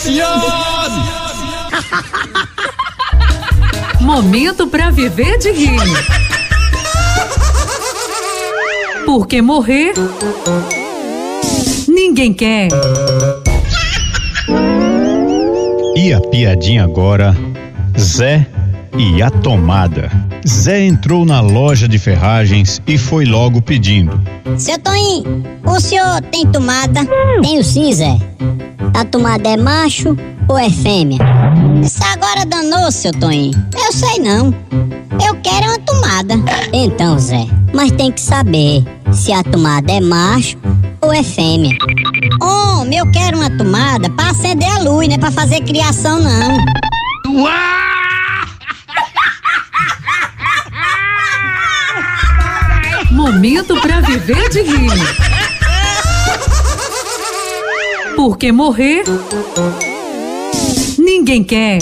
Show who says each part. Speaker 1: Cassiano!
Speaker 2: Momento pra viver de rir. Porque morrer ninguém quer.
Speaker 3: E a piadinha agora, Zé e a tomada. Zé entrou na loja de ferragens e foi logo pedindo.
Speaker 4: Seu Toim, o senhor tem tomada? Tenho sim, Zé. A tomada é macho ou é fêmea? Isso agora danou, seu Toim. Eu sei não. Eu quero uma tomada. Então, Zé, mas tem que saber se a tomada é macho ou é fêmea. Homem, eu quero uma tomada pra acender a luz, não é pra fazer criação, não.
Speaker 2: Momento pra viver de rir. Porque morrer ninguém quer.